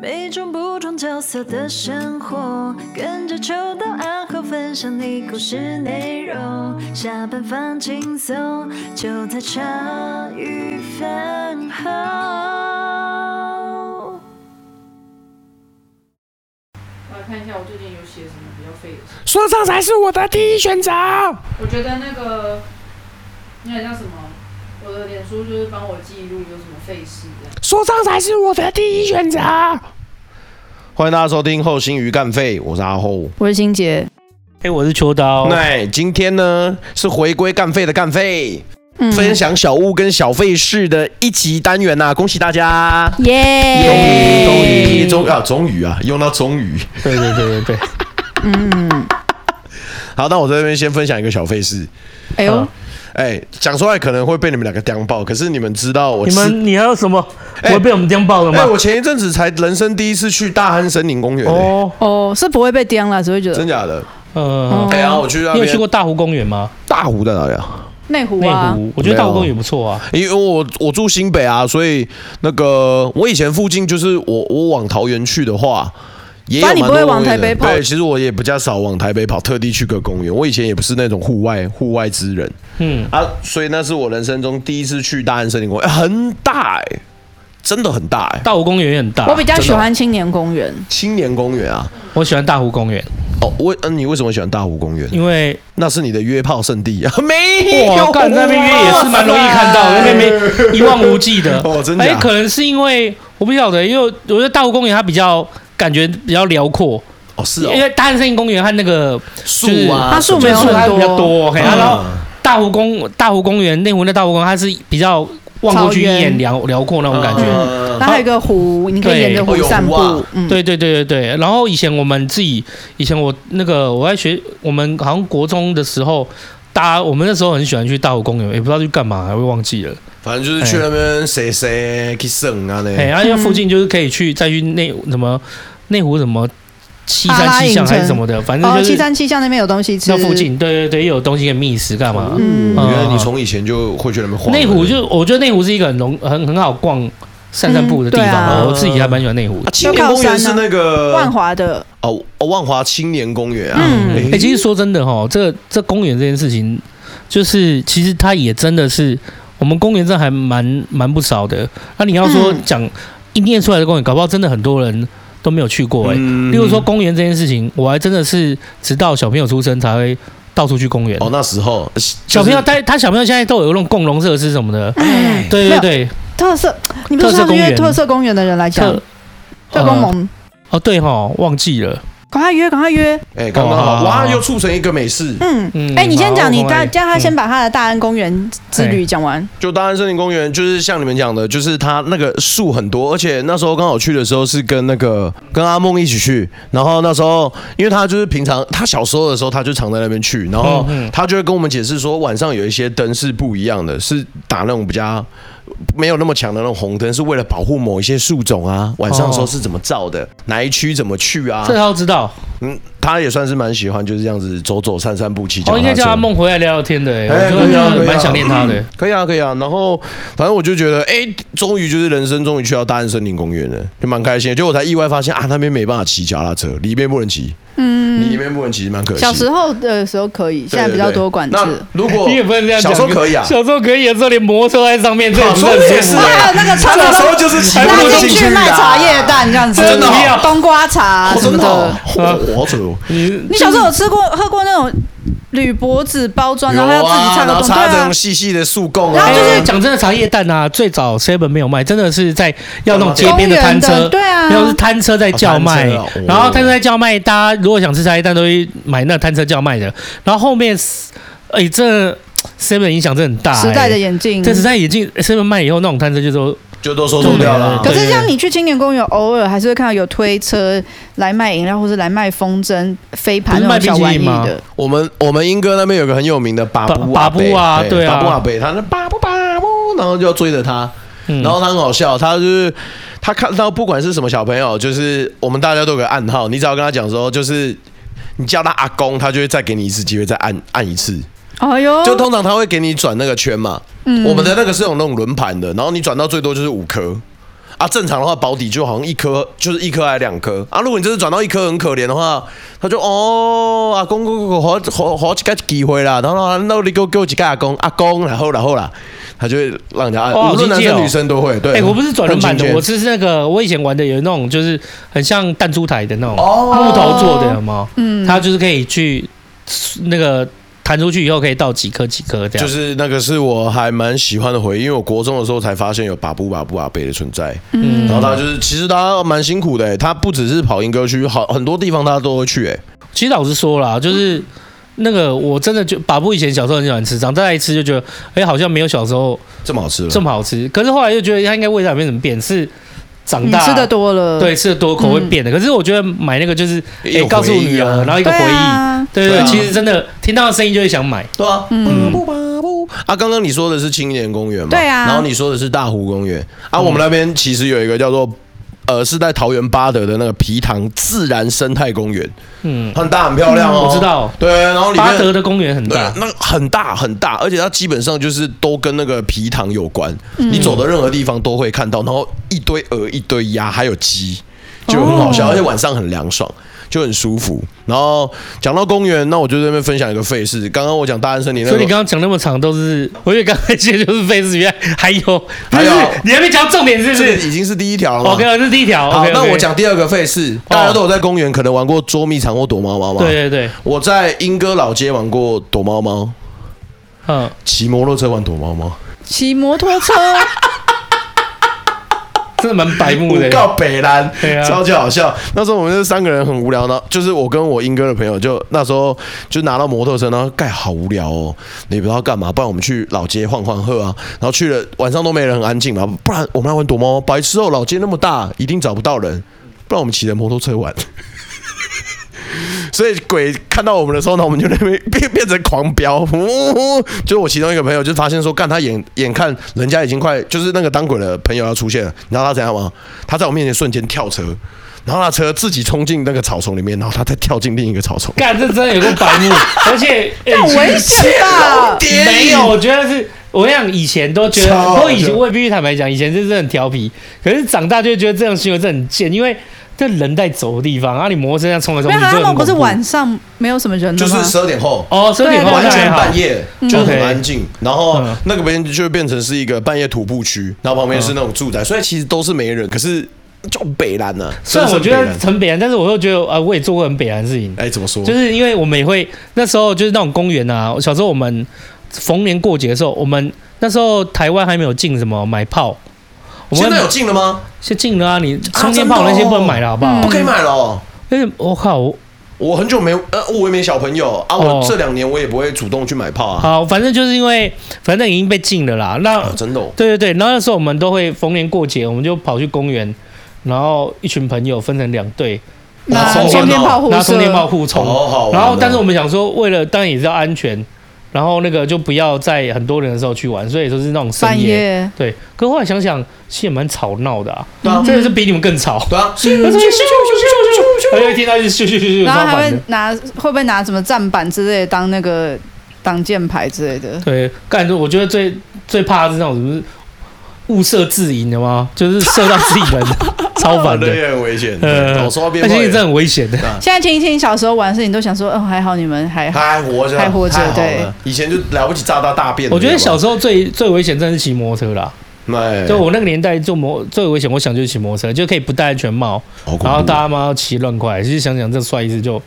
每种不同角色的生活，跟着秋到暗号分享你故事内容。下班放轻松，就在茶余饭后。我来看一下我最近有写什么比较废的事。说唱才是我的第一选择。我觉得那个那叫什么，我的脸书就是帮我记录有什么废事这样。说唱才是我的第一选择。欢迎大家收听《后心鱼干废》，我是阿后。我是欣杰，哎，我是秋刀。那今天呢是回归干废的干废，嗯分享小物跟小费事的一集单元呐、啊恭喜大家！耶，终于终啊终于啊，用到终于。对对对对对，好，那我在这边先分享一个小费事。哎呦好，哎，讲出来可能会被你们两个刁爆，可是你们知道我你吃们你还有什么哎不会被我们颠爆了哎，吗？我前一阵子才人生第一次去大汉森林公园、欸，哦，哦，是不会被刁啦，只会觉真得哦假的？呃，哎呀，我去那你有边去过大湖公园吗？大湖在哪里啊？内湖内啊，湖，我觉得大湖公园不错啊。因为我我住新北啊，所以那个我以前附近就是我我往桃园去的话，也有反正你蛮多不会往公园的台北跑对，其实我也比较少往台北跑，特地去个公园。我以前也不是那种户外户外之人嗯，啊，所以那是我人生中第一次去大安森林公园，哎很大哎、真的很大哎、大湖公园也很大我，比较真的喜欢青年公园，青年公园啊，我喜欢大湖公园，哦，我嗯、你为什么喜欢大湖公园？因为那是你的约炮圣地啊？没有啊，哇，干那边约也是蛮容易看到的，那边没一望无际 的。哦真假哎，可能是因为我不晓得，因为我觉得大湖公园它比较感觉比较辽阔，哦是因哦，为大安森林公园和那个树啊，它树没有就是它很比较多，嗯多，嘿啊然后大湖公大湖公园内湖那大湖公园，它是比较望过去一草原眼辽辽阔那种感觉。嗯它还有一个湖，你可以沿着湖对散哦有湖步啊，嗯，对对对对对，然后以前我们自己，以前我那个我在学，我们好像国中的时候，大家我们那时候很喜欢去大湖公园，也不知道去干嘛，还会忘记了。反正就是去那边谁谁去省啊那。哎、然后嗯因为附近就是可以去再去内什么内湖什么七阿三拉七影巷城还是什么的，反正哦，就七是三七巷那边有东西吃，那附，近，对对对，有东西可以觅食干嘛。嗯原来你从以前就会去那边晃。内湖就我觉得内湖是一个很容很很好逛散散步的地方、嗯对啊我自己还蛮喜欢内湖啊的。青年公园是那个万华的，哦哦万华青年公园啊。哎、嗯诶其实说真的哈，这这公园这件事情，就是其实它也真的是我们公园这还蛮蛮不少的。那、你要说嗯讲、一念出来的公园，搞不好真的很多人都没有去过哎、嗯例如说公园这件事情，我还真的是直到小朋友出生才会到处去公园。哦那时候小朋友带他他小朋友现在都有那种共融设施什么的，哎，对没对有对，特色，你不是特色说公园约特色公园的人来讲，特特工呃盟，哦对哈，忘记了，赶快约，赶快约，哎刚刚哦好好哇好又促成一个美事，嗯嗯，哎，你先好讲，你我大来嗯哎叫他先把他的大安公园之旅讲完，就大安森林公园就是像你们讲的，就是它那个树很多，而且那时候刚好去的时候是跟那个跟阿梦一起去，然后那时候因为他就是平常他小时候的时候他就常在那边去，然后嗯嗯他就会跟我们解释说晚上有一些灯是不一样的，是打那种比较。没有那么强的那种红灯，是为了保护某一些树种啊。晚上的时候哦是怎么照的，哪一区怎么去啊这？他要知道，嗯，他也算是蛮喜欢，就是这样子走走散散步，骑脚哦，踏应车。该叫他梦回来聊聊天的，哎哎我真可以啊可的以啊蛮想念他的。可以啊，可以啊。然后反正我就觉得，哎、终于就是人生终于去到大安森林公园了，就蛮开心的。结果我才意外发现啊，那边没办法骑脚踏车，里面不能骑，嗯，里面不能骑，蛮可惜。小时候的时候可以，对现在比较多管制。对对那如果你也不能这样讲，小时候可以啊，小时候可以的时候，连摩托车在上面，这也小时候不是很也舒是服啊，还有那个小传统时候就是骑不拉能进进去的卖茶叶蛋这样子，真的哦冬瓜茶啊啊哦什真么的哦的。，哦我好扯哦。你你小时候有吃过喝过那种铝箔纸包装，有然后要自己啊，插然个后洞，插对成啊，细细的树供然啊后就，哎是讲真的，茶叶蛋啊，最早 Seven 没有卖，真的是在要那种街边的摊公园车的，对啊没有是摊车在叫卖哦摊车哦，然后摊车在叫卖，大家如果想吃茶叶蛋，都会买那摊车叫卖的。然后后面，哎，这 Seven 影响真的很大，时代的哎眼镜。这时代眼镜 Seven 卖以后，那种摊车就说就都收收掉了可对。是像你去青年公园，偶尔还是会看到有推车来卖饮料，或是来卖风筝、飞盘那种小玩意不是卖冰淇淋的。我们我们英哥那边有个很有名的巴布巴阿巴布啊伯对啊巴布阿北，他那巴布巴布，然后就要追着他，嗯然后他很好笑，他就是他看到不管是什么小朋友，就是我们大家都有个暗号，你只要跟他讲说，就是你叫他阿公，他就会再给你一次机会，再按按一次。哎呦，就通常他会嗯给你转那个圈嘛，我们的那个是有那种轮盘的，然后你转到最多就是五颗。啊，正常的话保底就好像一颗就是一颗还两颗啊，如果你真的转到一颗很可怜的话，他就哦阿公公公好好好几个机会啦，然后那你给我给我几个阿公阿公，然后然后啦，他就会让人家按，哦好无论男亲切生哦女生都会对。哎、我不是转轮板很亲的，切我是那个我以前玩的有那种，就是很像弹珠台的那种、哦木头做的，有吗？嗯，它就是可以去那个弹出去以后可以到几颗几颗这样。就是那个是我还蛮喜欢的回忆，因为我国中的时候才发现有把布把布把贝的存在。嗯然后他就是，其实他蛮辛苦的、欸他不只是跑莺歌区，好很多地方他都会去、哎，其实老实说啦，就是那个我真的就把布以前小时候很喜欢吃，长大来吃就觉得，哎、好像没有小时候这么好吃了这么好吃。可是后来又觉得它应该味道也没怎么变，是长你嗯大吃的多了，嗯对吃的多口味变的。可是我觉得买那个就是，哎、一个告诉回忆女儿，啊然后一个对回忆。啊，对对对对，啊其实真的听到声音就会想买。对啊，嗯不吧不啊！刚刚你说的是青年公园嘛？对啊然后你说的是大湖公园嗯啊，我们那边其实有一个叫做。呃，是在桃园八德的那个皮塘自然生态公园，嗯，很大很漂亮哦。我知。道，对，然后里巴面德的公园很对啊大，，那很大很大，而且它基本上就是都跟那个皮塘有关，嗯你走的任何地方都会看到，然后一堆鹅、一堆鸭，还有鸡，哦就很好笑，而且晚上很凉爽。就很舒服。然后讲到公园，那我就在那边分享一个费事。刚刚我讲大安森林那所以个你，刚刚讲那么长都是，我以为刚才其实就是费斯原来还有，不还是有你还没讲到重点是不这个是已经是第一条了嘛。 ？OK，这是哦第一条。好 OK，OK 那我，讲第二个费事。大哦家都有在公园可能玩过捉迷藏或躲猫猫嘛？对，对对，我在莺歌老街玩过躲猫猫，嗯，骑摩托车玩躲猫猫，骑摩托 车，真的蛮白目我的。告北兰，对啊超级好笑。那时候我们这三个人很无聊呢，就是我跟我英哥的朋友就，那时候就拿到摩托车，然后盖好无聊哦，你不知道干嘛，不然我们去老街晃晃喝啊。然后去了晚上都没人，很安静嘛，不然我们来玩躲猫猫，白痴哦，老街那么大，一定找不到人，不然我们骑着摩托车玩。所以鬼看到我们的时候呢，我们就那边 变变成狂飙。呜就我其中一个朋友就发现说，干他眼眼看人家已经快就是那个当鬼的朋友要出现了，你知道他怎样吗？他在我面前瞬间跳车，然后他车自己冲进那个草丛里面，然后他再跳进另一个草丛。干，这真的有个 白目，而且那哎很危险吧？没有，我觉得是。我跟你讲，以前都觉得，超不过以前我也必须坦白讲，以前真是很调皮。可是长大就会觉得这种行为真的很贱，因为这人在走的地方，啊然后你摩托车这样冲来冲没去，有，他就很们不是恐怖晚上没有什么人的就吗？是十二点后。哦，所以你对啊后对完来全还好半夜就是很安静，然后嗯那个边就变成是一个半夜徒步区，然后旁边是那种住宅，所以其实都是没人，可是就很北蓝呢、啊。虽然我深深觉得北蓝很北然，但是我又觉得啊、呃我也做过很北然的事情，哎，怎么说？就是因为我们也会那时候就是那种公园啊，小时候我们逢年过节的时候，我们那时候台湾还没有进什么买炮，我们现在有进了吗？是进了啊，你啊冲天真的炮那些哦不能买了，好不好？不可以买了哦、因为我靠，我我很久没呃，我也没小朋友啊，哦我这两年我也不会主动去买炮啊。好，反正就是因为反正已经被禁了啦。那、啊，真的、哦，对对对，然后那时候我们都会逢年过节，我们就跑去公园，然后一群朋友分成两队，啊拿好玩哦冲天炮互拿射充电炮互冲。好好玩哦。然后，但是我们想说，为了当然也是要安全，然后那个就不要在很多人的时候去玩，所以就是那种深半夜。夜，对，可后来想想，其实也蛮吵闹的啊，对啊真的是比你们更吵。对啊，我就听到一直咻咻咻咻，然后超还烦的会。拿会不会拿什么站板之类的当那个挡箭牌之类的？对，干着我觉得最最怕的是那种什么误射自营的吗？就是射到自己人，超烦反的的。啊也很危险。呃，我说到变那坏其实人真的很危险的。现在听一听小时候玩的事情，都想说，哦，还好你们还好。还活着，还活着太好了对。以前就了不起炸到大便的。我觉得小时时候最最危险真的是骑摩托车啦，哎，就我那个年代就摩最危险，我想就是骑摩托车，就可以不戴安全帽，好恐怖然后大家妈骑乱快，其实想想这帅一次就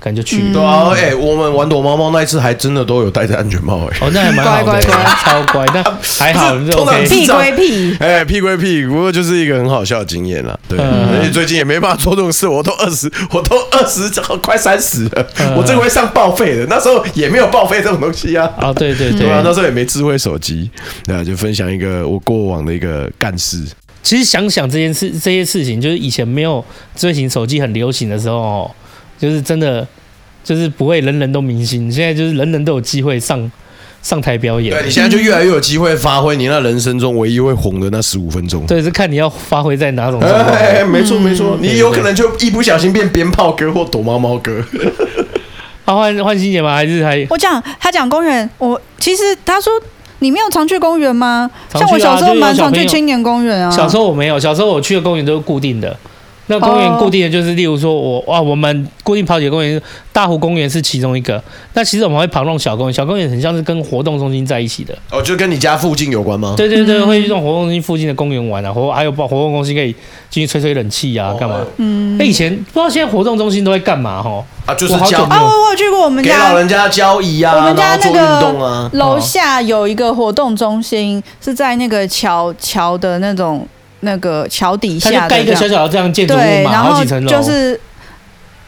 感觉去。对啊，哎，我们玩躲猫猫那一次还真的都有戴着安全帽哎。哦，那还蛮好乖的，乖乖 超乖，但还好，不是这 通常 OK。是屁归屁， 哎，屁归屁，不过就是一个很好笑的经验啦。对，嗯而且最近也没办法做这种事，我都二十，我都二十，快三十了，嗯我这个会上报废的。那时候也没有报废这种东西啊。哦，对对对对啊，，那时候也没智慧手机，对啊，就分享一个我过往的一个干事。其实想想这件事，这些事情，就是以前没有最新手机很流行的时候，哦，就是真的就是不会人人都明星，现在就是人人都有机会上上台表演对。啊你现在就越来越有机会发挥你那人生中唯一会红的那十五分钟。对，嗯是看你要发挥在哪种啊哎，状况。哎，哎没错没错，你有可能就一不小心变鞭炮哥或躲猫猫哥。啊，换换新姐吗？还是还我讲他讲公园，我其实他说你没有常去公园吗？常像我去啊小时候就是有蛮小常朋去友青年公园啊。小时候我没有，小时候我去的公园都是固定的。那公园哦固定的就是，例如说我哇，我们固定跑几个公园，大湖公园是其中一个。那其实我们会跑那种小公园，小公园很像是跟活动中心在一起的。哦，就跟你家附近有关吗？对对对，会去这种活动中心附近的公园玩啊，活还有活动中心可以进去吹吹冷气啊，干嘛？嗯那、，以前不知道现在活动中心都在干嘛吼？啊，就是我好久交没啊，我我有去过我们给家老人家交易啊，我们家然后做那个运动啊。楼下有一个活动中心，是在那个桥桥的那种那个桥底他就下的盖一个这小样小的这样建筑物对，嘛，然好后几层楼。就是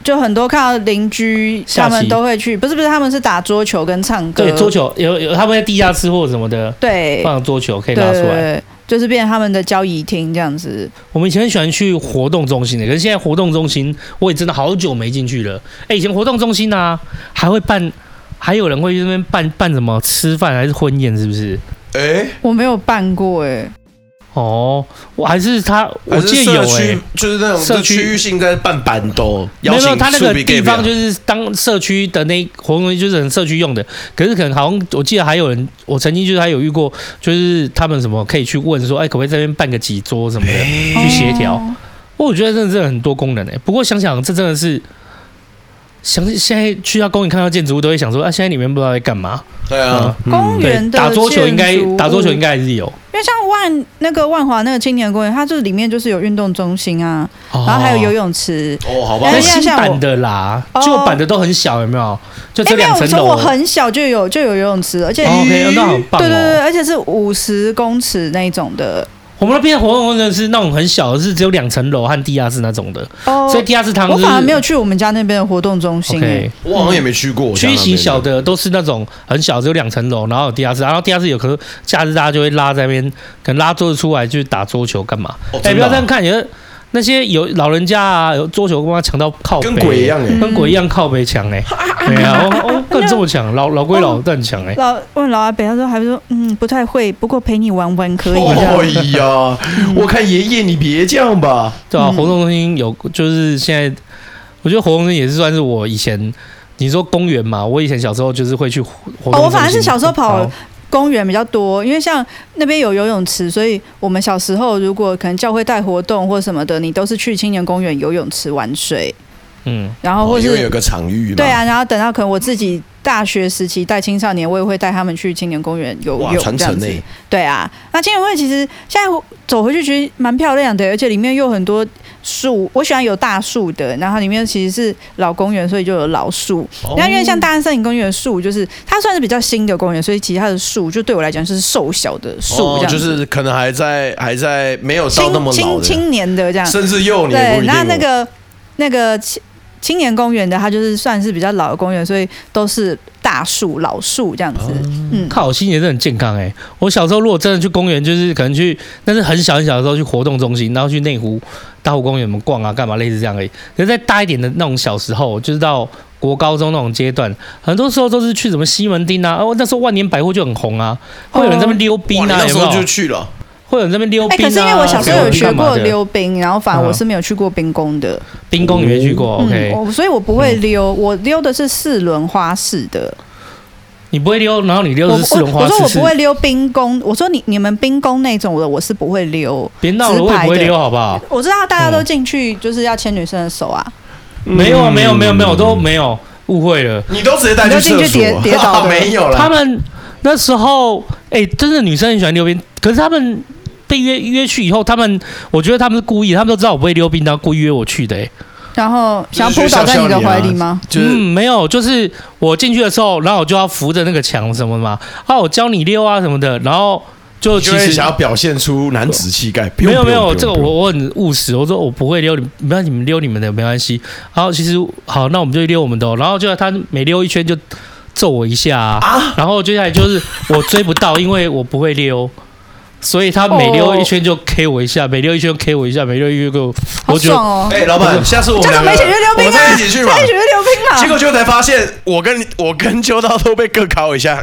就很多看到邻居下他们棋都会去，不是不是，他们是打桌球跟唱歌，对桌球有有他们在地下室或什么的对放桌球可以对拿出来。对，就是变成他们的交易厅这样子。我们以前很喜欢去活动中心的，可是现在活动中心我也真的好久没进去了。哎、以前活动中心啊，还会办，还有人会去那边办办什么吃饭还是婚宴，是不是？哎，我没有办过哎、哦，我还是他，我还是记得有社哎、区就是那种社社区区域性在办板凳，没邀有没有，请他那个 Subi 地 Gabriel 方就是当社区的那活动中心，就是很社区用的。可是可能好像我记得还有人，我曾经就是还有遇过，就是他们什么可以去问说，哎、可不可以这边办个几桌什么的，哎去协调。哦我觉得真的是很多功能诶、欸不过想想这真的是，想现在去到公园看到建筑物都会想说啊，现在里面不知道在干嘛。对啊，嗯公园对的打桌球应该建筑物打桌球应该还是有，因为像万那个万华那个青年公园，它就是里面就是有运动中心啊，然然后还有游。泳池。哦，好吧哎那，等一下新像我版的啦，哦旧版的都很小，有没有？就哎，这没有，两层从我楼。很小就有就有游泳池了，而且、哦 OK，那好棒哦对对对，而且是五十公尺那一种的。我们那边的活动公园是那种很小的，是只有两层楼和地下室那种的，哦所以地下室它们我是反而没有去我们家那边的活动中心、 OK，我好像也没去过。区型小的，的都是那种很小，只有两层楼，然后有地下室，然后地下室有可能假日大家就会拉在那边，可能拉桌子出来去打桌球干嘛？哦哎、真不的要啊这样看，有的那些有老人家啊，有桌球跟他强到靠跟北鬼一，样哎。跟鬼一样靠北强 哎、对啊，我我更这么强，老老归老，但很强哎、老问老阿北，他说还说嗯不太会，不过陪你玩玩可以。这样哦哎呀，嗯我看爷爷你别这样吧。对啊，嗯活动中心有，就是现在我觉得活动中心也是算是我以前。你说公园嘛，我以前小时候就是会去活活动中心、哦我反而是小时候跑然后公园比较多，因为像那边有游泳池，所以我们小时候如果可能教会带活动或什么的，你都是去青年公园游泳池玩水，嗯，然后或哦因为是、有个场域嘛。对，啊，然后等到可能我自己大学时期带青少年，我也会带他们去青年公园游哇，泳传这样承子。哎，对啊，那青年公园其实现在走回去其实蛮漂亮的，而且里面又很多树，我喜欢有大树的，然后里面其实是老公园，所以就有老树。哦欸然后因为像大安森林公园的树，就是它算是比较新的公园，所以其实它的树就对我来讲是瘦小的树哦这样子，就是可能还在还在没有到那青么老青的，青年的这样。甚至幼年也不对一，定那哦。那个那个青青年公园的，它就是算是比较老的公园，所以都是大树老树这样子。哦嗯，靠，我心情是很健康哎、我小时候如果真的去公园，就是可能去，但是很小很小的时候去活动中心，然后去内湖大湖公园们逛啊，干嘛类似这样而已。可是再大一点的那种小时候，就是到国高中那种阶段，很多时候都是去什么西门町啊，哦，那时候万年百货就很红啊，会有人在那边溜冰哦哇你啊，那有时没候有就？去了，会有人在那边溜哎、冰啊。可是因为我小时候有学干嘛过的溜冰，然后反而我嗯是没有去过冰宫的。冰宫，你没去过？OK，、嗯，我所以我不会溜，我溜的是四轮花式的。你不会溜，然后你溜我的是四轮我花我式说我是不会溜冰宫，我说你你们冰宫那种的我是不会溜。别闹了，直我也排不会的溜，好不好？我知道大家都进去就是要牵女生的手啊，没有啊，没有，没有，没有，都没有，误会了。你都直接带你都去进去厕所，跌跌倒的 没有他了。们那时候，哎、真的女生很喜欢溜冰，可是他们被约约去以后，他们我觉得他们是故意，他们都知道我不会溜冰，然后故意约我去的、哎，然后想要就是扑倒在你笑笑的你啊怀里吗？就是嗯，没有，就是我进去的时候，然后我就要扶着那个墙什么的嘛，啊，我教你溜啊什么的，然后就我其就会实想要表现出男子气概，不没用有不没用不有，用这个不我用我很务实，我说我不会溜，你不要你们溜你们的没关系。然后其实好，那我们就溜我们的哦、然后就他每溜一圈就揍我一下啊、然后接下来就是我追不到，因为我不会溜。所以他每溜一圈就 K 我一下，每溜一圈就 K 我一下，每溜一圈给我，好我觉爽得哦！哎，老板，下次我这们样两我个们一起去溜冰啊！我们再一起去嘛再。一起去溜冰啊！结果就才发现，我跟我跟秋刀都被各考一下，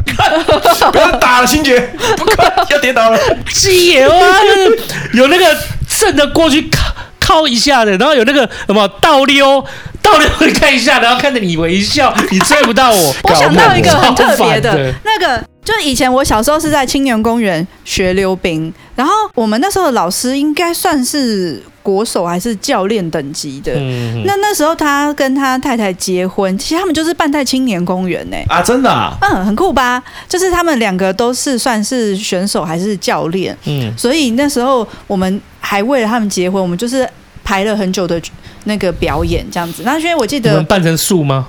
不要打了，心杰，不看要跌倒了。鸡耶哇，那个有那个正的过去卡靠一下的，然后有那个什么倒溜，倒溜会看一下，然后看着你微笑，你追不到我。 我想到一个很特别超烦的的，那个就是以前我小时候是在青年公园学溜冰，然后我们那时候的老师应该算是国手还是教练等级的。嗯，那那时候他跟他太太结婚，其实他们就是办在青年公园呢、啊，真的、啊，嗯，很酷吧？就是他们两个都是算是选手还是教练，嗯所以那时候我们还为了他们结婚，我们就是排了很久的那个表演这样子。那因为我记你们得扮成树吗？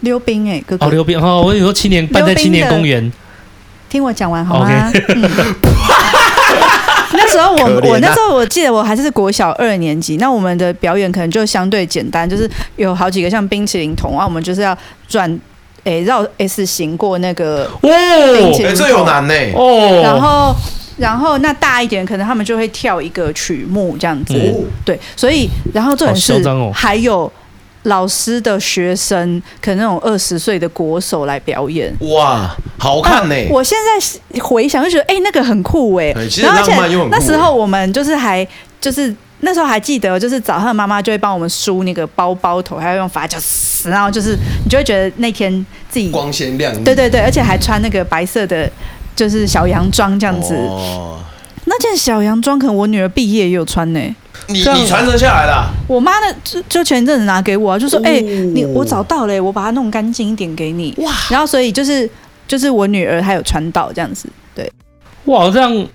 溜冰哎、哥哥，哦，溜冰哦，我跟你说，青年办在青年公园，听我讲完好吗？嗯那时候我、可怜啊我那时候我记得我还是国小二年级，那我们的表演可能就相对简单，就是有好几个像冰淇淋桶啊，我们就是要转诶绕 S 型过那个，冰淇哦淋哎、这有难呢、哦，然后然后那大一点可能他们就会跳一个曲目这样子，嗯对，所以然后重点好是嚣张哦还有老师的学生，可能那种二十岁的国手来表演，哇，好看呢、啊我现在回想就觉得，哎、那个很酷哎、对其实然后而浪漫且又很酷哎那时候我们就是还就是那时候还记得，就是早上妈妈就会帮我们梳那个包包头，还要用发胶撕，然后就是你就会觉得那天自己光鲜亮丽，对对对，而且还穿那个白色的。就是小洋装这样子，哦，那件小洋装可能我女儿毕业也有穿呢、你这样你传承下来的啊、我妈呢，就就前一阵子拿给我、啊，就说：“哦哎、你我找到了、我把它弄干净一点给你。”哇！然后所以就是就是我女儿还有穿到这样子，对，哇，这样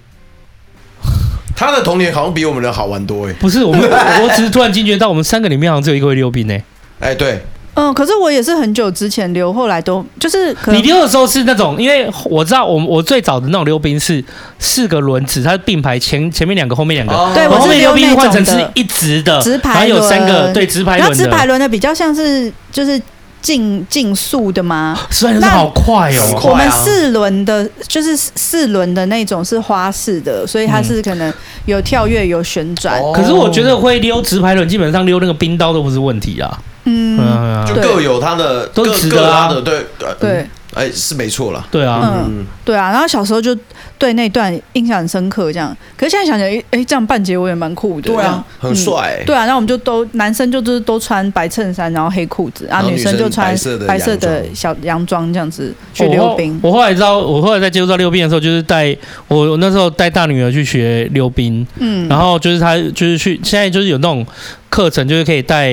他的童年好像比我们的好玩多哎、不是我 们，我只是突然惊觉到，我们三个里面好像只有一个会溜冰呢。哎、对，嗯，可是我也是很久之前溜，后来都就是可你能溜的时候是那种，因为我知道我我最早的那种溜冰是四个轮子，它是并排前前面两个，后面两个。哦对然后我后是面溜溜那冰换成种是的，一直的，直排然后有三个轮对直排然后轮直排的，轮的比较像是就是竞竞速的嘛。虽然是好快那哦，快我啊们四轮的，就是四轮的那种是花式的，所以它是可能有跳跃有旋转，哦可是我觉得会溜直排轮，基本上溜那个冰刀都不是问题啊。嗯，嗯，就对各有他的都各值各得啊他的对呃对哎、是没错啦。对啊，嗯嗯，对啊。然后小时候就对那段印象很深刻，这样。可是现在想起来，哎、诶这样办结尾也蛮酷的，对这样啊，很帅、欸对啊，然后我们就都男生就就是都穿白衬衫，然后黑裤子，啊，然后女生就穿白色的白色洋的装小洋装这样子去溜冰。我后。我后来知道，我后来在接触到溜冰的时候，就是带我我那时候带大女儿去学溜冰，嗯，然后就是她就是去现在就是有那种课程，就是可以带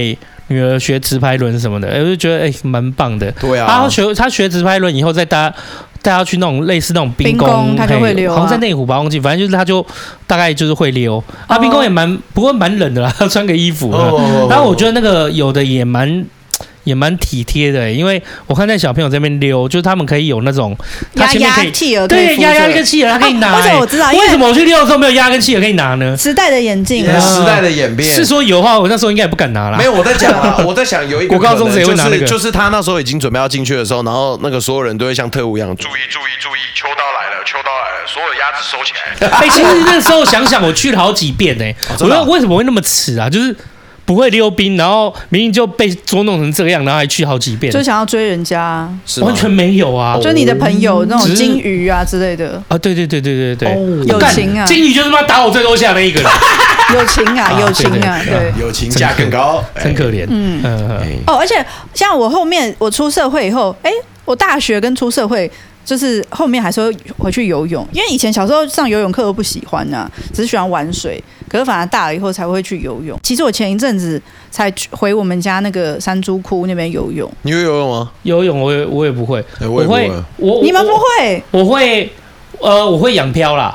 女儿学直排轮什么的，哎我就觉得哎蛮棒的。对啊她，学她学直排轮以后，再搭带她去那种类似那种冰冰宫她就嘿会溜啊好像在内湖吧，忘记，反正就是她就大概就是会溜。啊，哦冰宫也蛮不过蛮冷的啦， 她穿个衣服。哦然后我觉得那个有的也蛮也蛮体贴的欸、因为我看在小朋友这边溜，就是他们可以有那种他压前面可压以企鹅可以对扶压压着一个企鹅，他可以拿哦或者欸、我知道因为为什么我去溜的时候没有压跟企鹅可以拿呢？时代的眼镜也啊是时代的演变是说有的话，我那时候应该也不敢拿啦。没 有，我在讲啊， 我在想有一个我高中可能谁会拿就是那个就是他那时候已经准备要进去的时候，然后那个所有人都会像特务一样注意注意注意，秋刀来了，秋刀哎来了，所有鸭子收起来。哎、其实那时候想想，我去了好几遍呢、欸我真的啊说为什么会那么迟啊？就是不会溜冰，然后明明就被捉弄成这个样，然后还去好几遍就，想要追人家啊，是吗哦完全没有啊。就你的朋友那只种是金鱼啊之类的，啊，对对对对对对，友嗯干情啊金鱼就是妈打我最多下那一个 人，友情啊，啊友情啊，对对对。友情价更高，哎真可怜。嗯嗯嗯，哦，而且像我后面我出社会以后，哎、我大学跟出社会。就是后面还是会回去游泳，因为以前小时候上游泳课都不喜欢啊，只是喜欢玩水。可是反而大了以后才会去游泳。其实我前一阵子才去回我们家那个山猪窟那边游泳。你会游泳吗？游泳我也我也不会，哎我我也不会会我你们不我会？我会呃我会仰漂啦，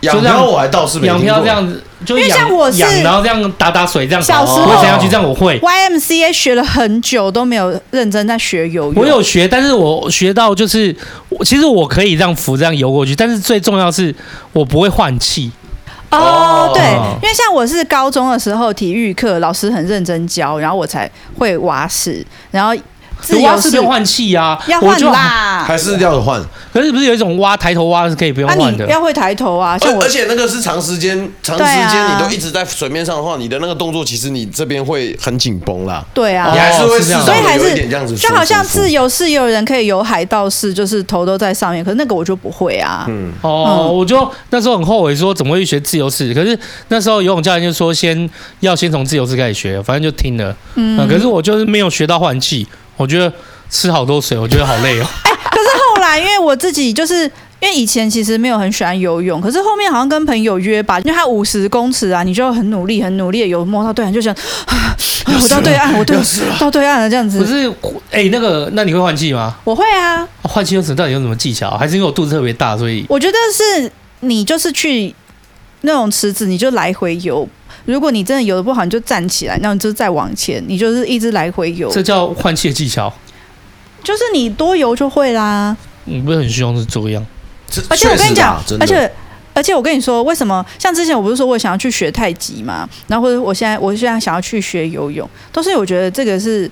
仰就这漂样我还倒是没仰听漂过这样子，就因为仰像我是仰然后这样打打水这样，哦小时候我会沉下去这样我会。 YMCA 学了很久都没有认真在学游泳。我有学，但是我学到就是，我其实我可以这样浮这样游过去，但是最重要是我不会换气。哦哦，对，因为像我是高中的时候体育课老师很认真教，然后我才会蛙式，然后自由蛙式式不用换气啊，要我换就啦，还是要换。可是不是有一种蛙抬头蛙是可以不用啊，换你的？要会抬头啊，像而我而且那个是长时间，长时对间啊你都一直在水面上的话，你的那个动作其实你这边会很紧绷啦。对啊你，还是会哦是这样适所以当还的有一是点这样子舒就服，好像自由式也有人可以游海盗式，就是头都在上面，可是那个我就不会啊。哦，嗯我就那时候很后悔，说怎么会学自由式？可是那时候游泳教练就说先要先从自由式开始学，反正就听了。嗯、可是我就是没有学到换气，我觉得吃好多水，我觉得好 累哦。可是后来，因为我自己就是因为以前其实没有很喜欢游泳，可是后面好像跟朋友约吧，因为他五十公尺啊，你就很努力、很努力的游，摸到对岸就想，啊啊我到对岸， 我对到对岸了这样不子。是，哎、那个，那你会换气吗？我会啊，换气又什到底有什么技巧？还是因为我肚子特别大，所以我觉得是你就是去那种池子，你就来回游。如果你真的游的不好，你就站起来，那你就再往前，你就是一直来回游，这叫换气的技巧？就是你多游就会啦。你嗯不是很凶是这样？这而且我跟你讲确实啊真，的而且而且我跟你说，为什么像之前我不是说我想要去学太极嘛，然后或者我现在我现在想要去学游泳，都是我觉得这个是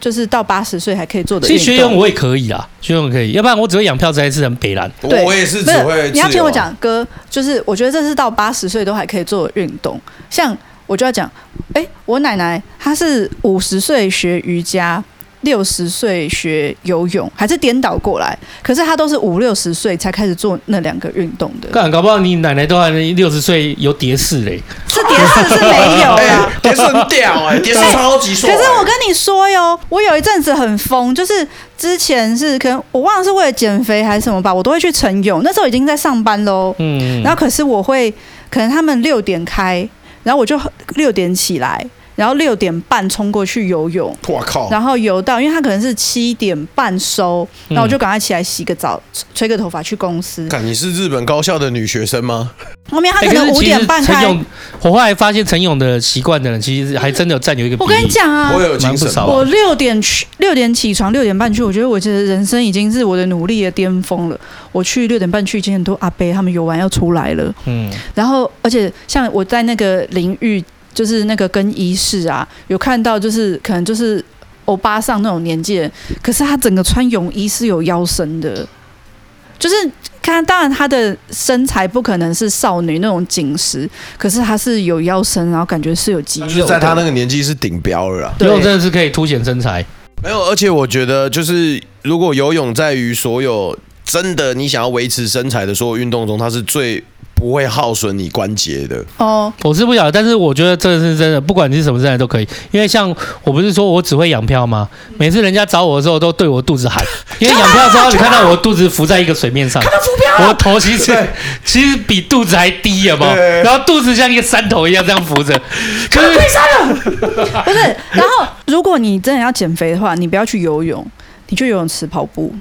就是到八十岁还可以做的其运实动。学游泳我也可以啊，学游泳可以，要不然我只会养票，实在是很北蓝。对我也是不只会自由啊是，你要听我，讲，哥，就是我觉得这是到八十岁都还可以做的运动。像我就要讲，哎、我奶奶她是五十岁学瑜伽，六十岁学游泳，还是颠倒过来，可是她都是五六十岁才开始做那两个运动的。干，搞不好你奶奶都还六十岁有蝶式嘞。是蝶式是没有 哎啦。，蝶式很屌哎，蝶式超级可帅。是我跟你说哟，我有一阵子很疯，就是之前是可能我忘了是为了减肥还是什么吧，我都会去晨泳。那时候已经在上班喽，嗯，然后可是我会可能他们六点开，然后我就六点起来，然后六点半冲过去游泳，我哦靠，然后游到，因为他可能是七点半收，嗯然后我就赶快起来洗个澡，吹吹个头发去公司。看你是日本高校的女学生吗？后面他欸可可能是五其实点半陈开。勇，我后来发现陈勇的习惯的人，其实还真的有占有一个比例。我 跟你，讲啊，我有精蛮不神少我六点去，六点起床，六点半去。我觉得我这人生已经是我的努力的巅峰了。我去六点半去，已经很多阿伯他们游完要出来了。嗯，然后，而且像我在那个淋浴，就是那个更衣室啊，有看到就是可能就是欧巴上那种年纪人，可是他整个穿泳衣是有腰身的，就是看，当然他的身材不可能是少女那种紧实，可是他是有腰身，然后感觉是有肌就肉是的。在她那个年纪是顶标了啦。游泳对真的是可以凸显身材。没有，而且我觉得就是如果游泳在于所有真的你想要维持身材的所有运动中，它是最不会耗损你关节的。哦，我是不晓得，但是我觉得这是真的，不管你是什么身材都可以。因为像我不是说我只会仰漂吗？每次人家找我的时候，都对我肚 子喊，因为仰漂的时候，你看到我肚子浮在一个水面上，我头其实其实比肚子还低，有没有对然后肚子像一个山头一样这样浮 着，就是不是。然后，如果你真的要减肥的话，你不要去游泳，你去游泳池跑步，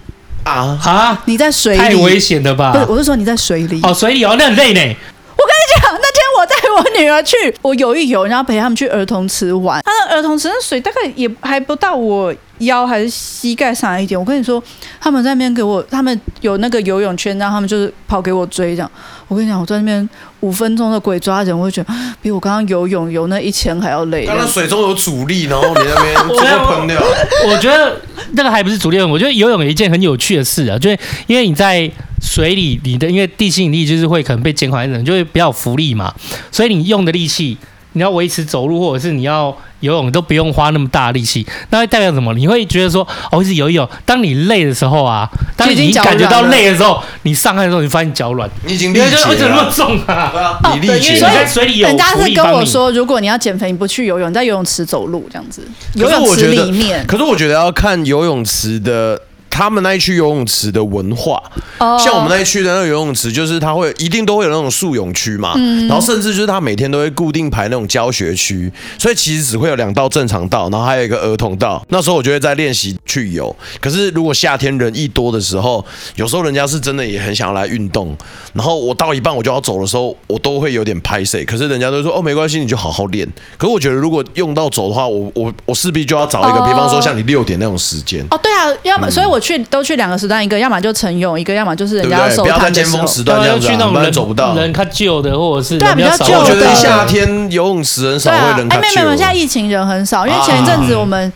啊，啊，你在水里。太危险了不是，吧？我是说你在水里。哦，水里哦，那很累我呢。跟你讲，那天我带我女儿去，我游一游，然后陪他们去呃儿童池玩。她的儿童池那水大概也还不到我腰还是膝盖上来一点。我跟你说，他们在那边给我，他们有那个游泳圈，然后他们就是跑给我追这样。我跟你讲，我在那边五分钟的鬼抓人，我就觉得啊比我刚刚游泳游那一千还要累。刚刚水中有阻力，然后你那边我怎么喷掉？ 我觉得那个还不是主力泳，我觉得游泳有一件很有趣的事啊，就是因为你在水里，你的因为地心引力就是会可能被减缓一点，就会比较有浮力嘛，所以你用的力气，你要维持走路或者是你要游泳都不用花那么大的力气，那会代表什么？你会觉得说，哦，一直游一游，当你累的时候啊，当就已你经脚感觉到软了累的时候，你上岸的时候，你发现脚软，你已经你力就竭觉得哦怎么那么了，重啊？对啊你力对因竭为你所以了在。水里有人家浮是力跟帮我你。说，如果你要减肥，你不去游泳，你在游泳池走路这样子，可游是泳我池觉得里面。可是我觉得要看游泳池的。他们那一区游泳池的文化，哦像我们那一区的那个游泳池，就是它会一定都会有那种速泳区嘛，嗯然后甚至就是它每天都会固定排那种教学区，所以其实只会有两道正常道，然后还有一个儿童道。那时候我就会在练习去游。可是如果夏天人一多的时候，有时候人家是真的也很想要来运动，然后我到一半我就要走的时候，我都会有点拍谁，可是人家都说哦没关系，你就好好练。可是我觉得如果用到走的话，我我我势必就要找一个，哦比方说像你六点那种时间。哦，对啊，要么、所以我去都去两个时段，一个要么就晨泳，一个要么就是人对家不对？收不要在摊的尖时峰候。时对段啊，这要样子、去那啊，种不然人走不到。人看旧的，或者是对啊人比较比较少旧的。我觉的得夏天游泳池很少对啊，会人哎，卡哦啊没有没有，现在疫情人很少，因为前一阵子我们、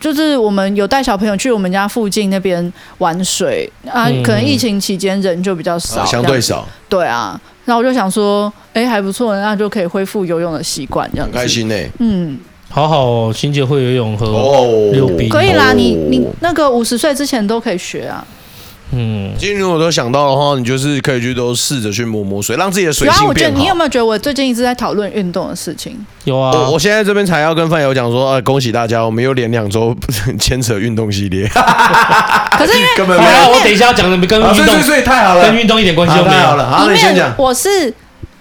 就是我们有带小朋友去我们家附近那边玩水啊，嗯可能疫情期间人就比较少，啊相这样对子少，对啊。然后我就想说，哎，还不错，那就可以恢复游泳的习惯，这样很子。开心呢。嗯，好好哦，新杰会游泳和、哦，六比可以啦，哦你你那个五十岁之前都可以学啊。嗯，今天如果都想到的话，你就是可以去都试着去摸摸水，让自己的水然后性我觉变得好。你有没有觉得我最近一直在讨论运动的事情？有啊，我我现在这边才要跟范友讲说，呃，恭喜大家，我们又连两周牵扯运动系 列，啊可是因为根本没没有。有，啊我等一下要讲的跟啊，运所以动、所以所以太好了，跟运动一点关系好都没太好有。了。好，因那你先为讲。我是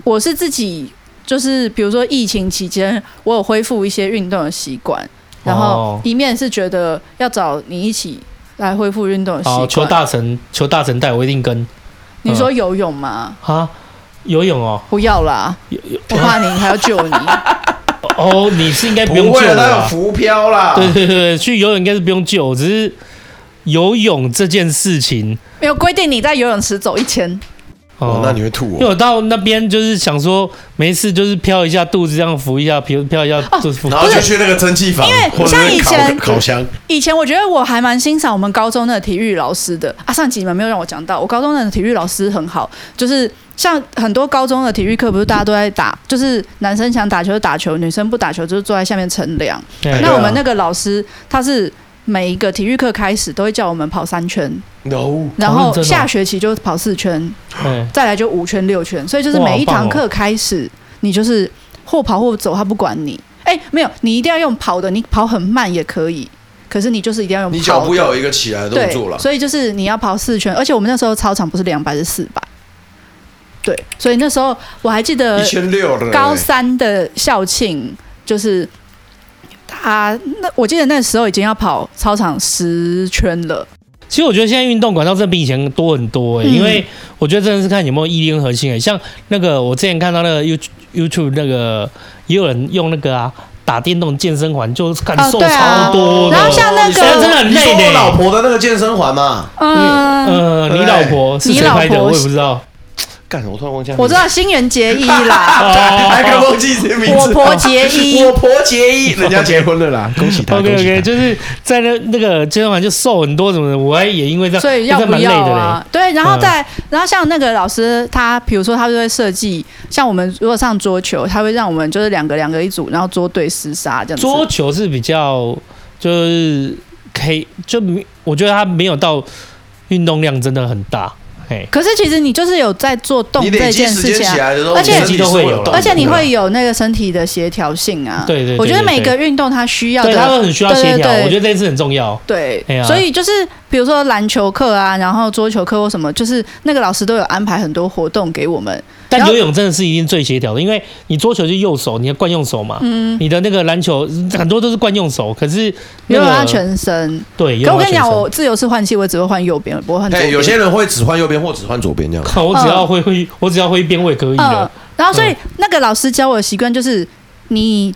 我是自己，就是比如说疫情期间，我有恢复一些运动的习惯，然后哦一面是觉得要找你一起来恢复运动的哦好，习求惯。大神，求大神带我一定跟嗯你说游泳吗？啊，游泳哦，不要啦，我怕你还要救 你。哦，你是应该不用不救会啊的了，他有啦，浮漂啦。对对对对，去游泳应该是不用救，只是游泳这件事情没有规定你在游泳池走一圈，哦，那你会吐因为哦。我到那边就是想说，没事就是飘一下肚子，这样浮一下，飘飘一下哦就是浮。然后就去那个蒸汽房，因为或者像以是烤前烤箱，以前我觉得我还蛮欣赏我们高中的体育老师的啊，上集你们没有让我讲到，我高中的体育老师很好，就是像很多高中的体育课，不是大家都在打，就是男生想打球就打球，女生不打球就是坐在下面乘凉。哎对啊那我们那个老师他是。每一个体育课开始都会叫我们跑三圈， no，然好认后真哦下学期就跑四圈，哎再来就五圈六圈，所以就是哇每一好棒堂哦课开始，你就是或跑或走，他不管你。哎、没有，你一定要用跑的，你跑很慢也可以，可是你就是一定要用跑你的。脚步要有一个起来的动作对，了。所以就是你要跑四圈，而且我们那时候操场不是两百是四百，对，所以那时候我还记得一千六的高三的校庆，就是他那我记得那时候已经要跑操场十圈了，其实我觉得现在运动管道真的比以前多很多、欸，嗯因为我觉得真的是看有没有意念和心、欸。像那个我之前看到那个 You YouTube 那个也有人用那个啊打电动健身环，就是感哦受对啊超多的。然后像那现在真的个很你说累我呢、老婆的那个健身环嘛？嗯。呃，你老婆是你谁老拍的？婆我也不知道。干，我突然忘记了名字。我知道新垣结衣 啦， 还哦敢忘记这名字？我婆结衣 我婆结衣，人家结婚 了啦，恭喜他， OK 恭喜 OK，他。就是在那那个健身环就瘦很多什么的，我还也因为这样，所以要这不蛮累要的嘞。嗯啊？对，然后再然后像那个老师，他比如说他就会设计，像我们如果上桌球，他会让我们就是两个两个一组，然后桌对厮杀这样子。桌球是比较就是可以，就没我觉得它没有到运动量真的很大，嘿，可是其实你就是有在做动你这累积件时事间情、起啊，来的时候，而且你身体是有动的而且你会有那个身体的协调性啊。对对对我觉得嗯对每对个运动它需要对，它的。会很需要协对调，对对我觉得这件事很重要。对哎，呀所以就是比如说篮球课啊，然后桌球课或什么，就是那个老师都有安排很多活动给我们。但然后游泳真的是一定最协调的，因为你桌球就右手，你要惯用手嘛，嗯你的那个篮球很多都是惯用手，可是游那泳个要啊全身，对，游可泳我跟你讲，啊要全身我自由式换气，我只会换右边，我不会换左哎，边。有些人会只换右边或只换左边这样。靠，我只要会会，我只要会一边我也可以嗯的，，然后所以嗯那个老师教我的习惯就是，你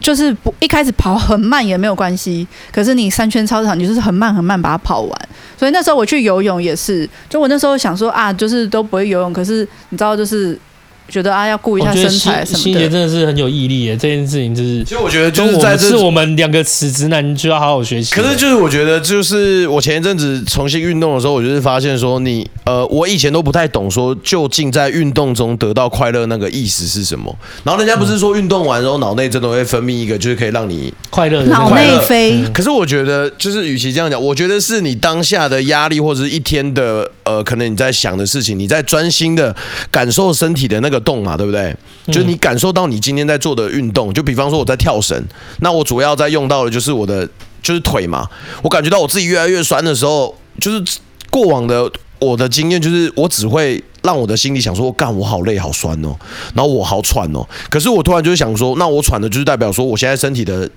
就是不一开始跑很慢也没有关系，可是你三圈操场你就是很慢很慢把它跑完。所以那时候我去游泳也是，就我那时候想说啊，就是都不会游泳，可是你知道就是觉得啊要顾我一下觉身得心材什心么杰的。嗯真的是很有毅力耶，这件事情就是其。实我觉得就是在们这是我们两个死直男就要好好学习的。可是就是我觉得，就是我前一阵子重新运动的时候，我就是发现说你，呃，我以前都不太懂说究竟在运动中得到快乐那个意思是什么。然后人家不是说运动完之后脑内真的会分泌一个，就是可以让你。快乐的那脑种内嗯飞，嗯可是我觉得，就是与其这样讲，我觉得是你当下的压力或者是一天的呃，可能你在想的事情，你在专心的感受身体的那个动嘛，对不对？嗯就你感受到你今天在做的运动，就比方说我在跳绳，那我主要在用到的就是我的就是腿嘛，我感觉到我自己越来越酸的时候，就是过往的我的经验就是，我只会让我的心里想说，干我好累好酸哦，然后我好喘哦。可是我突然就是想说，那我喘的就是代表说我现在身体的。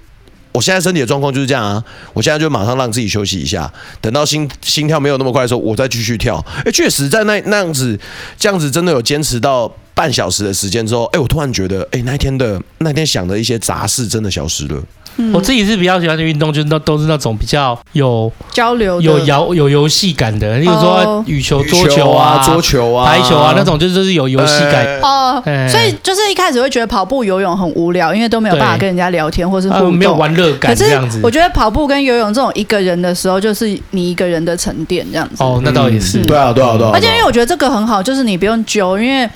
我现在身体的状况就是这样啊，我现在就马上让自己休息一下，等到心心跳没有那么快的时候，我再继续跳。哎，确实在那那样子，这样子真的有坚持到半小时的时间之后，哎、我突然觉得，哎、那一天的那天想的一些杂事真的消失了。嗯我自己是比较喜欢的运动，就是都都是那种比较有交流的有游有游戏感的，例如说哦羽球、羽桌球啊、桌球啊、排球啊那种，就是就是有游戏感。哎哦哎，所以就是一开始会觉得跑步、游泳很无聊，因为都没有对办法跟人家聊天或是互呃动，没有玩乐感可是这样子我。觉得跑步跟游泳这种一个人的时候，就是你一个人的沉淀这样子。哦，那倒也是。嗯对啊，对啊，对啊。而且因为我觉得这个很好，就是你不用揪，因为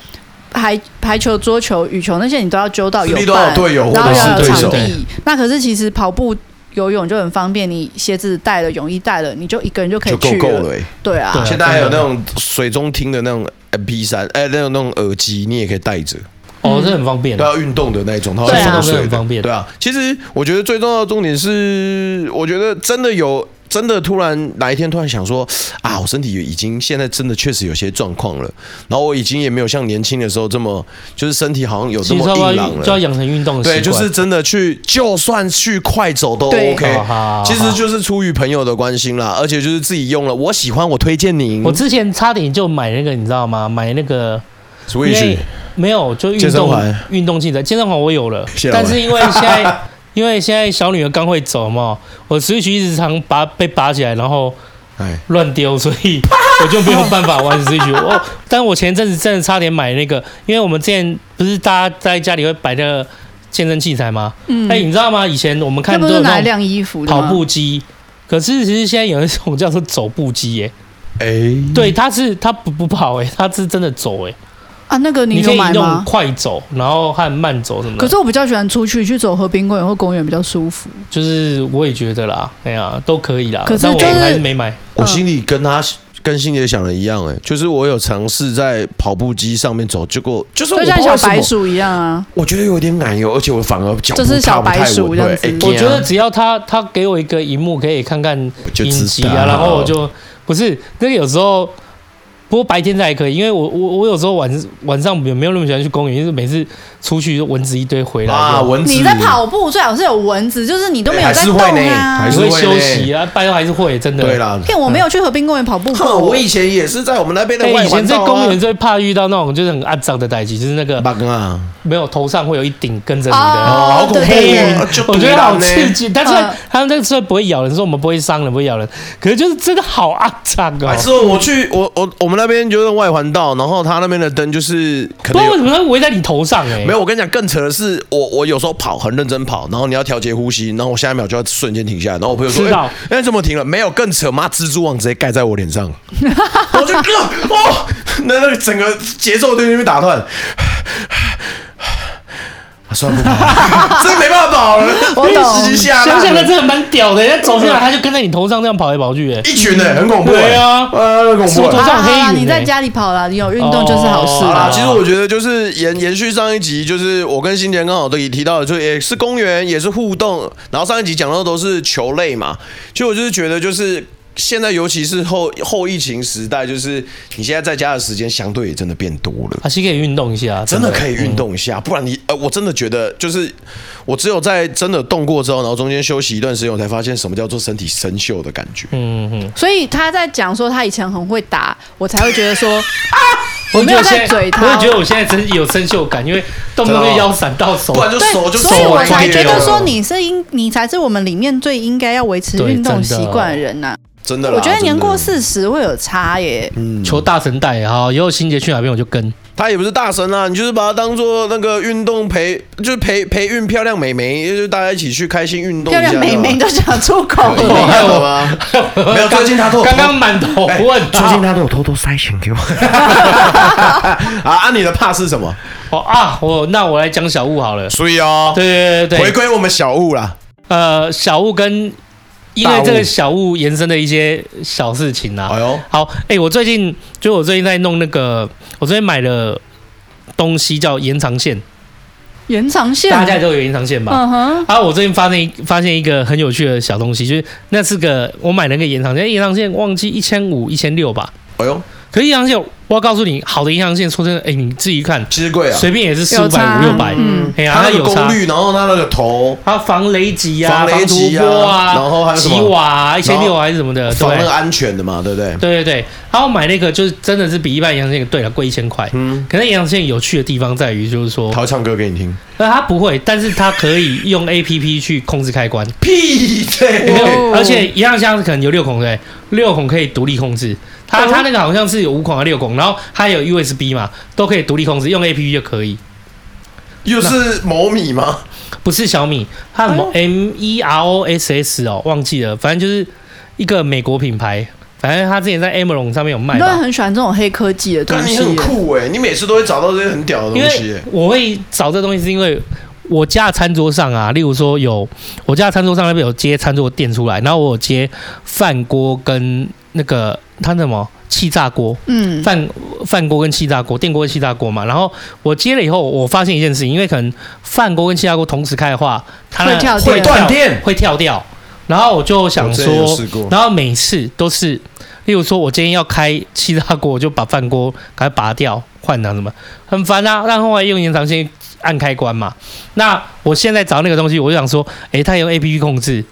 排排球、桌球、羽球那些你都要揪到有势必都要伴，有队友然后或者是要有对场手地。那可是其实跑步。游泳就很方便，你鞋子带了，泳衣带了，你就一个人就可以就够去够了、欸。对啊，对现在还有那种水中听的那种 MP 三，哎，那种那种耳机你也可以带着，哦，这很方便都。要运动的那种，它会对啊防水这很的方便对啊，其实我觉得最重要的重点是，我觉得真的有。真的突然哪一天突然想说啊，我身体已经现在真的确实有些状况了，然后我已经也没有像年轻的时候这么，就是身体好像有这其实么要不硬要朗就要了。养成运动的习对，惯。就是真的去，就算去快走都对 OK 哦好好好。其实就是出于朋友的关心啦，而且就是自己用了，我喜欢，我推荐您。我之前差点就买那个，你知道吗？买那个因 Switch 为没有，就运健身动环运动器材，健身环我有了谢，老板但是因为现 在因为现在小女儿刚会走嘛，我 Switch 一直常拔被拔起来，然后哎，乱丢，所以我就没有办法玩 Switch。我但我前阵子真的差点买那个，因为我们之前不是大家在家里会摆那个健身器材吗？嗯，哎，你知道吗？以前我们那看不都是有拿来那种晾衣服的跑吗步机。可是其实现在有一种叫做走步机耶、哎、对，它是它不不跑哎、它是真的走哎、啊？那个你你可有以买用吗？快走，然后和慢走嗯什么的。可是我比较喜欢出去去走河滨公园或公园比较舒服。就是我也觉得啦，哎呀，都可以啦。可是但就是我还是没买。我心里跟他跟心里想的一样、哎，就是我有尝试在跑步机上面走，结果就是我就不像知道小为什么白，鼠一样啊，我觉得有点奶油，而且我反而脚步就是小踏不太白鼠稳这样对子哎我我觉得只要他他给我一个荧幕可以看看我就影知集道啊，然后我就不是那个有时候，不过白天才可以，因为我我我有时候晚晚上也没有那么喜欢去公园，因为每次出去蚊子一堆回来，啊，就蚊子你在跑步最好是有蚊子，就是你都没有哎在还是动会呢啊还你是。会会休嘞息啊，半夜还是会真的。对啦。骗我没有去河滨公园跑步哼，过，我以前也是在我们那边的哎、外以前环在道啊公园最怕遇到那种就是很肮脏的代际，就是那个八根啊，没有头上会有一顶跟着你的。哦哦，好恐对怖对哦对，就我觉得好突然刺呢。啊激，但哦是嗯他们那个时候不会咬人，说我们不会伤人，不会咬人，可是就是真的好肮脏哦还。哎是我去我我我们那边就是外环道，然后他那边的灯就是可不能知道有为什么它围在你头上哎、没有，我跟你讲，更扯的是，我我有时候跑很认真跑，然后你要调节呼吸，然后我下一秒就要瞬间停下来，然后我朋友说，知道哎、哎怎么停了？没有，更扯，妈，蜘蛛网直接盖在我脸 上，我就呃哦，那那个整个节奏都在那边打断。 啊算了不 跑，这没办法跑了，我懂一时下想想那来真的蛮屌的，人家走进来他就跟在你头上这样跑来跑去哎、一群人很恐怖、欸，对啊呃，很恐是我怖、头欸。好啦上黑好啦，云你欸在家里跑啦，你有运动就是好事哦好啦，啦。其实我觉得就是延延续上一集，就是我跟新田刚好都也提到的，就也是公园，也是互动。然后上一集讲到都是球类嘛，其实我就是觉得就是。现在，尤其是后后疫情时代，就是你现在在家的时间相对也真的变多了。还是可以运动一下，真的可以运嗯动一下，不然你呃，我真的觉得就是我只有在真的动过之后，然后中间休息一段时间，我才发现什么叫做身体生锈的感觉。嗯嗯，嗯所以他在讲说他以前很会打，我才会觉得 说我我没觉有得在现在，嘴他我也觉得我现在真有生锈感，因为动不动就腰闪到手哦不。然就手就对，手所以我才断觉掉得了说你是应你才是我们里面最应该要维持对运动习真的惯的人呐。真的啦，我觉得年过真四的十会有差耶。嗯求大神带好，以后新杰去哪边我就跟。他也不是大神啊，你就是把他当做那个运动培，就是培培育漂亮美眉，就是大家一起去开心运动一漂下。亮美眉都讲出口 对了，吧，还有吗？ 没有，最近他都有偷刚刚满头问最近到，他都有偷偷塞钱给我。啊，按你的怕是什么？哦啊，我那我来讲小物好了。所以哦，对对对对回，归我们小物啦。呃，小物跟因大为物这个小物延伸的一些小事情啊哎。呦，好，哎、我最近就我最近在弄那个，我最近买了东西叫延长线，延长线，大家都有延长线吧？嗯哼，啊，我最近发现一发现一个很有趣的哎小东西，就是那是个我买了个延长线，延长线忘记一千五、一千六吧，哎呦，可是银行线，我要告诉你，好的银行线，说真的，哎、你自己看，其实贵啊，随便也是四五有百、差五六百，嗯哎呀，它那个有功差。率，然后它那个头，还有防雷击防啊，雷击突破啊，然后还有什么几瓦啊，一千六还是什么的，防那个啊对哦安全的嘛，对不对？对对对。然后买那个就是真的是比一般银行线对了贵一千块，嗯，可是银行线有趣的地方在于就是说他，会唱歌给你听，呃，它不会，但是它可以用 A P P 去控制开关，哦屁对，哦而且一样箱子可能有六孔对，六孔可以独立控制。它它那个好像是有五孔还是六孔，然后它有 USB 嘛，都可以独立控制，用 A P P 就可以。又是某米吗？不是小米，它什么 M E R O S S 哦，忘记了，反正就是一个美国品牌，反正它之前在 Amazon 上面有卖你都吧。很喜欢这种黑科技的东但你西很。酷哎，你每次都会找到这些很屌的因东西为耶，我会找这东西，是因为我家的餐桌上啊，例如说有我家的餐桌上那边有接餐桌垫出来，然后我有接饭锅跟那个它那什么气炸锅，嗯，饭饭锅跟气炸锅，电锅跟气炸锅嘛。然后我接了以后，我发现一件事情，因为可能饭锅跟气炸锅同时开的话，它那会跳电会断电会跳掉。然后我就啊想我之前有说试过，然后每次都是，例如说我今天要开气炸锅，我就把饭锅赶快拔掉，换成什么，很烦啊。但后来用延长线按开关嘛。那我现在找那个东西，我就想说，诶，它用 A P P 控制，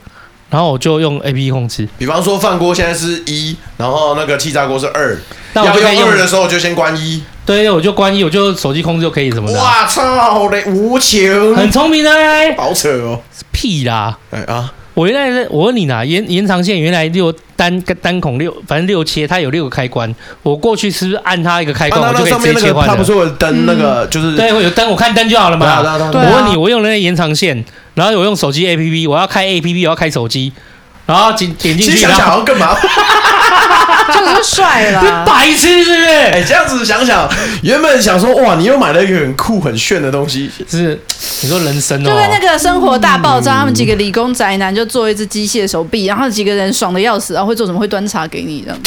然后我就用 A P P 控制，比方说饭锅现在是一，然后那个气炸锅是二，那我要就可以用用二的时候我就先关一。对，我就关机，我就手机控制就可以什么的啊、哇操嘞，无情，很聪明的嘞，好扯哦。屁啦！哎啊，我原来是我问你啦，延延长线原来六单单孔六，反正六切，它有六个开关。我过去哎是不是按它一个开啊关，那那我就可以上直面接那切个换它不了？是有灯那个就是对，我有灯，我看灯就好了对啊嘛。对啊对啊我问你，我用了那个延长线，然后我用手机 APP，我要开 APP，我要开手机，然后点点其进实去，想然想好后。像更麻烦。 就是帅啦白痴是不哎，是？这样子想想，原本想说哇，你又买了一个很酷很炫的东西，是你说人生就跟那哦，个《生活大爆炸》，他们几个理工宅男就做一只机械手臂，然后几个人爽的要死，然后会做什么？会端茶给你，这样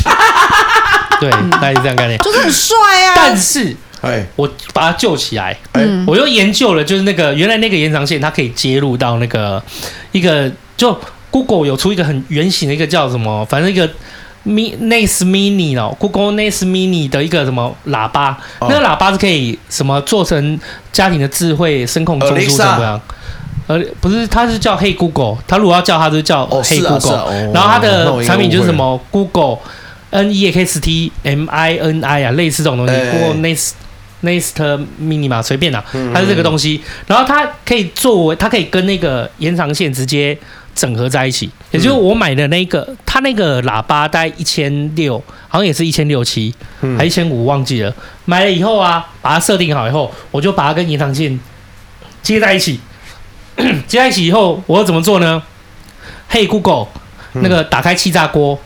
对，大概是这样概念。 就是很帅啊。但是哎我把它救起来，哎，我又研究了，就是那个原来那个延长线，它可以接入到那个一个就 Google 有出一个很圆形的一个叫什么，反正一个 Mi Nest Mini 哦，Google Nest Mini 的一个什么喇叭，哦那个喇叭是可以什么做成家庭的智慧声控中枢 Alexa 怎么样？呃，不是，它是叫 Hey Google，它如果要叫它就叫哦 Hey 是啊 Google，、是啊哦然后它那我的应该产品就是什误么 Google N E X T M I N I 啊，类似这种东西、哎 g o o g l e Nest。Nest Mini 嘛，随便啦、嗯它是这个东西，然后它可以作为，它可以跟那个延长线直接整合在一起。也嗯就是我买的那个，它那个喇叭大概一千六，好像也是一千六七，嗯还一千五忘记了。买了以后啊，把它设定好以后，我就把它跟延长线接在一起。 接在一起以后，我要怎么做呢？嘿、Google，嗯那个打开气炸锅，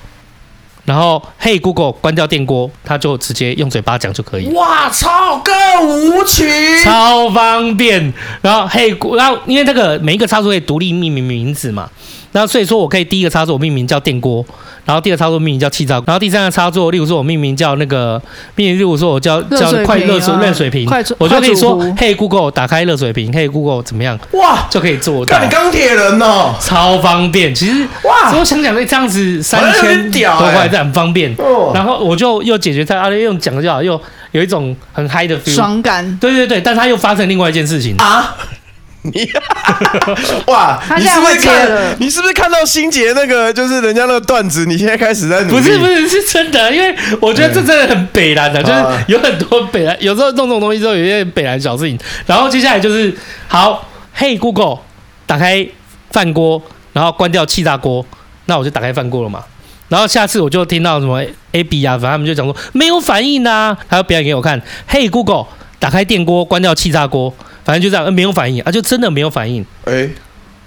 然后嘿、Google 关掉电锅，它就直接用嘴巴讲就可以了。哇操，更无情。超方便。然后嘿，然后因为这个每一个插座可以独立命名名字嘛，那所以说我可以第一个插座我命名叫电锅，然后第二个插座命名叫气炸锅，然后第三个插座，例如说我命名叫那个，命名例如说我叫热叫水瓶快啊热水热水瓶快煮，我就可以说快煮壶嘿 Google 打开热水瓶，嘿 Google 怎么样哇，就可以做到干。你钢铁人哦！超方便，其实哇哇，我想想，那这样子好哎像三有千点屌多欸块，这很方便。哦然后我就又解决它，啊，用讲就好，又有一种很嗨的 feel。爽感。对对对，但它又发生另外一件事情，啊， 你 哇，他你现在是不是会接看了你是不是看到心杰那个就是人家那个段子？你现在开始在努不力？是不是是真的，因为我觉得这真的很北蓝的，就啊是有很多北蓝，有时候弄这种东西之后，有一些北蓝小事情。然后接下来就是，好，嘿 Google，打开饭锅，然后关掉气炸锅，那我就打开饭锅了嘛。然后下次我就听到什么 A B 啊，反正他们就讲说没有反应啊，还要表演给我看。嘿 Google，打开电锅，关掉气炸锅，反正就这样，呃没有反应啊，就真的没有反应。哎，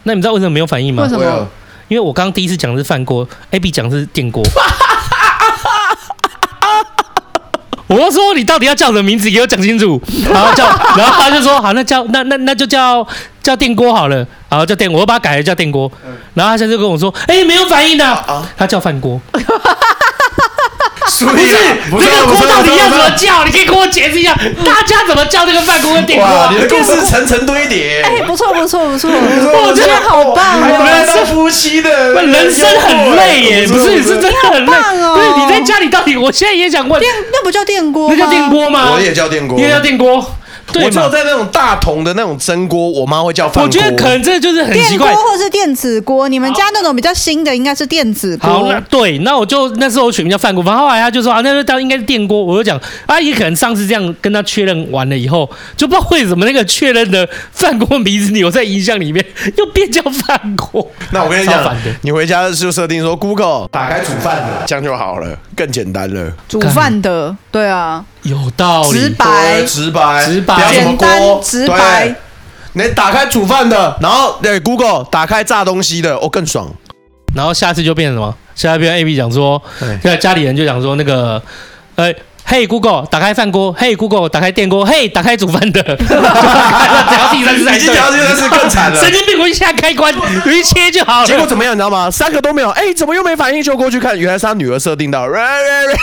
那你知道为什么没有反应吗为？什我有么？因为我刚刚第一次讲的是饭锅，A B 讲的是 电锅。我就说你到底要叫什么名字，给我讲清楚。然后叫， 然后他就说好，那叫那那那就叫叫电锅好了。然后叫电，我又把它改了叫电锅。嗯啊然后他现在就跟我说，哎、没有反应的、啊他叫饭锅。属不于是不这是个不锅是到底要怎么不叫？你可以跟我解释一下，大家怎么叫这个饭锅跟电锅？啊哇，你的故事层层堆叠，哎，不错不错不错，我我觉得好棒还有哦！人当夫妻的，不人生很哎累耶，不是是真的很累。棒哦对，你在家里到底？我现在也想问，电那不叫电锅吗，那叫电锅吗？我也叫电锅，啊你也叫电锅，对我只吗有？在那种大桶的那种蒸锅，我妈会叫饭锅。我觉得可能这就是很奇电锅怪。或是电子锅，你们家那种比较新的应该是电子好，那锅。对，那我就那时候我取名叫饭锅，然后后来他就说啊，那就当应该是电锅。我就讲啊，也可能上次这样跟他确认完了以后，就不知道为什么那个确认的饭锅名字留在印象里面，又变叫饭锅。那我跟你超讲烦的，你回家就设定说 Google 打开煮饭的，这样就好了，更简单了，煮饭的，对啊，有道直理，白对，直白，直白不要什么简锅单，直白对。你打开煮饭的，然后对 Google 打开炸东西的，哦，更爽。然后下次就变成什么？下次变成 A B 讲说，那家里人就讲说那个，呃。嘿、Google，打开饭锅。嘿、Google，打开电锅。嘿、打开煮饭的。 只要第三次才已经聊对，这件事更惨了神。经病！我一下开关，我一切就好了。结果怎么样，你知道吗？三个都没有，哎，怎么又没反应？就过去看，原来是他女儿设定哦到。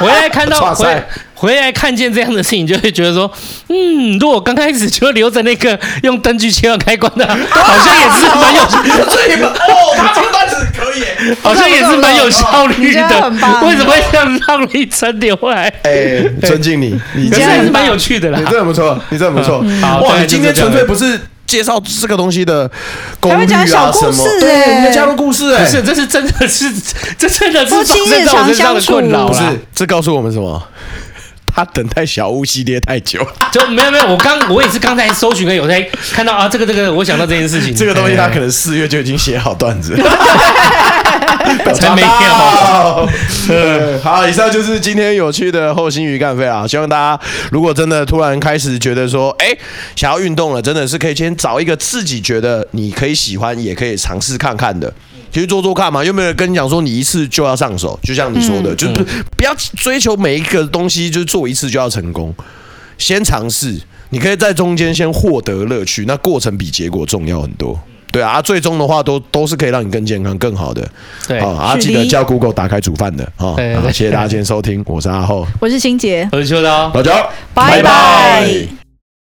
回来看到哇塞回回来看见这样的事情，就会觉得说，嗯，如果刚开始就留着那个用灯具切换开关 的，好像也是蛮有，最哦，他这段子可以耶。好像也是蛮有效率你这样的很。棒 为什么会这样让一层留来？哎，尊敬你，你可真是的还是蛮有趣的啦嗯你。真的不错，你真的不错。好大哇，概你今就是天这样纯粹不是介绍这个东西的功还率会讲啊小什故么，事对，哎你的家族故事哎，不是，这是真的是， 这真的是夫发妻生在我身上的困扰好不啦是，这告诉我们什么？ 他等待小屋系列太久，就没有没有，我刚我也是刚才搜寻跟有在看到啊，这个这个，我想到这件事 情，这个东西他哎可能四月就已经写好段子了，才没 到。呃好，以上就是今天有趣的后心鱼干费啊！希望大家如果真的突然开始觉得说，哎、想要运动了，真的是可以先找一个自己觉得你可以喜欢，也可以尝试看看的。其实做做看嘛，又没有人跟你讲说你一次就要上手，就像你说嗯的，就是不不要追求每一个东西，就是做一次就要成功。先尝试，你可以在中间先获得乐趣，那过程比结果重要很多。对啊，啊最终的话都都是可以让你更健康、更好的。对好啊，是记的得叫 Google 打开煮饭的啊。对好对谢谢大家今天收听，我是阿厚，我是欣杰，我是秋刀，老焦，拜拜。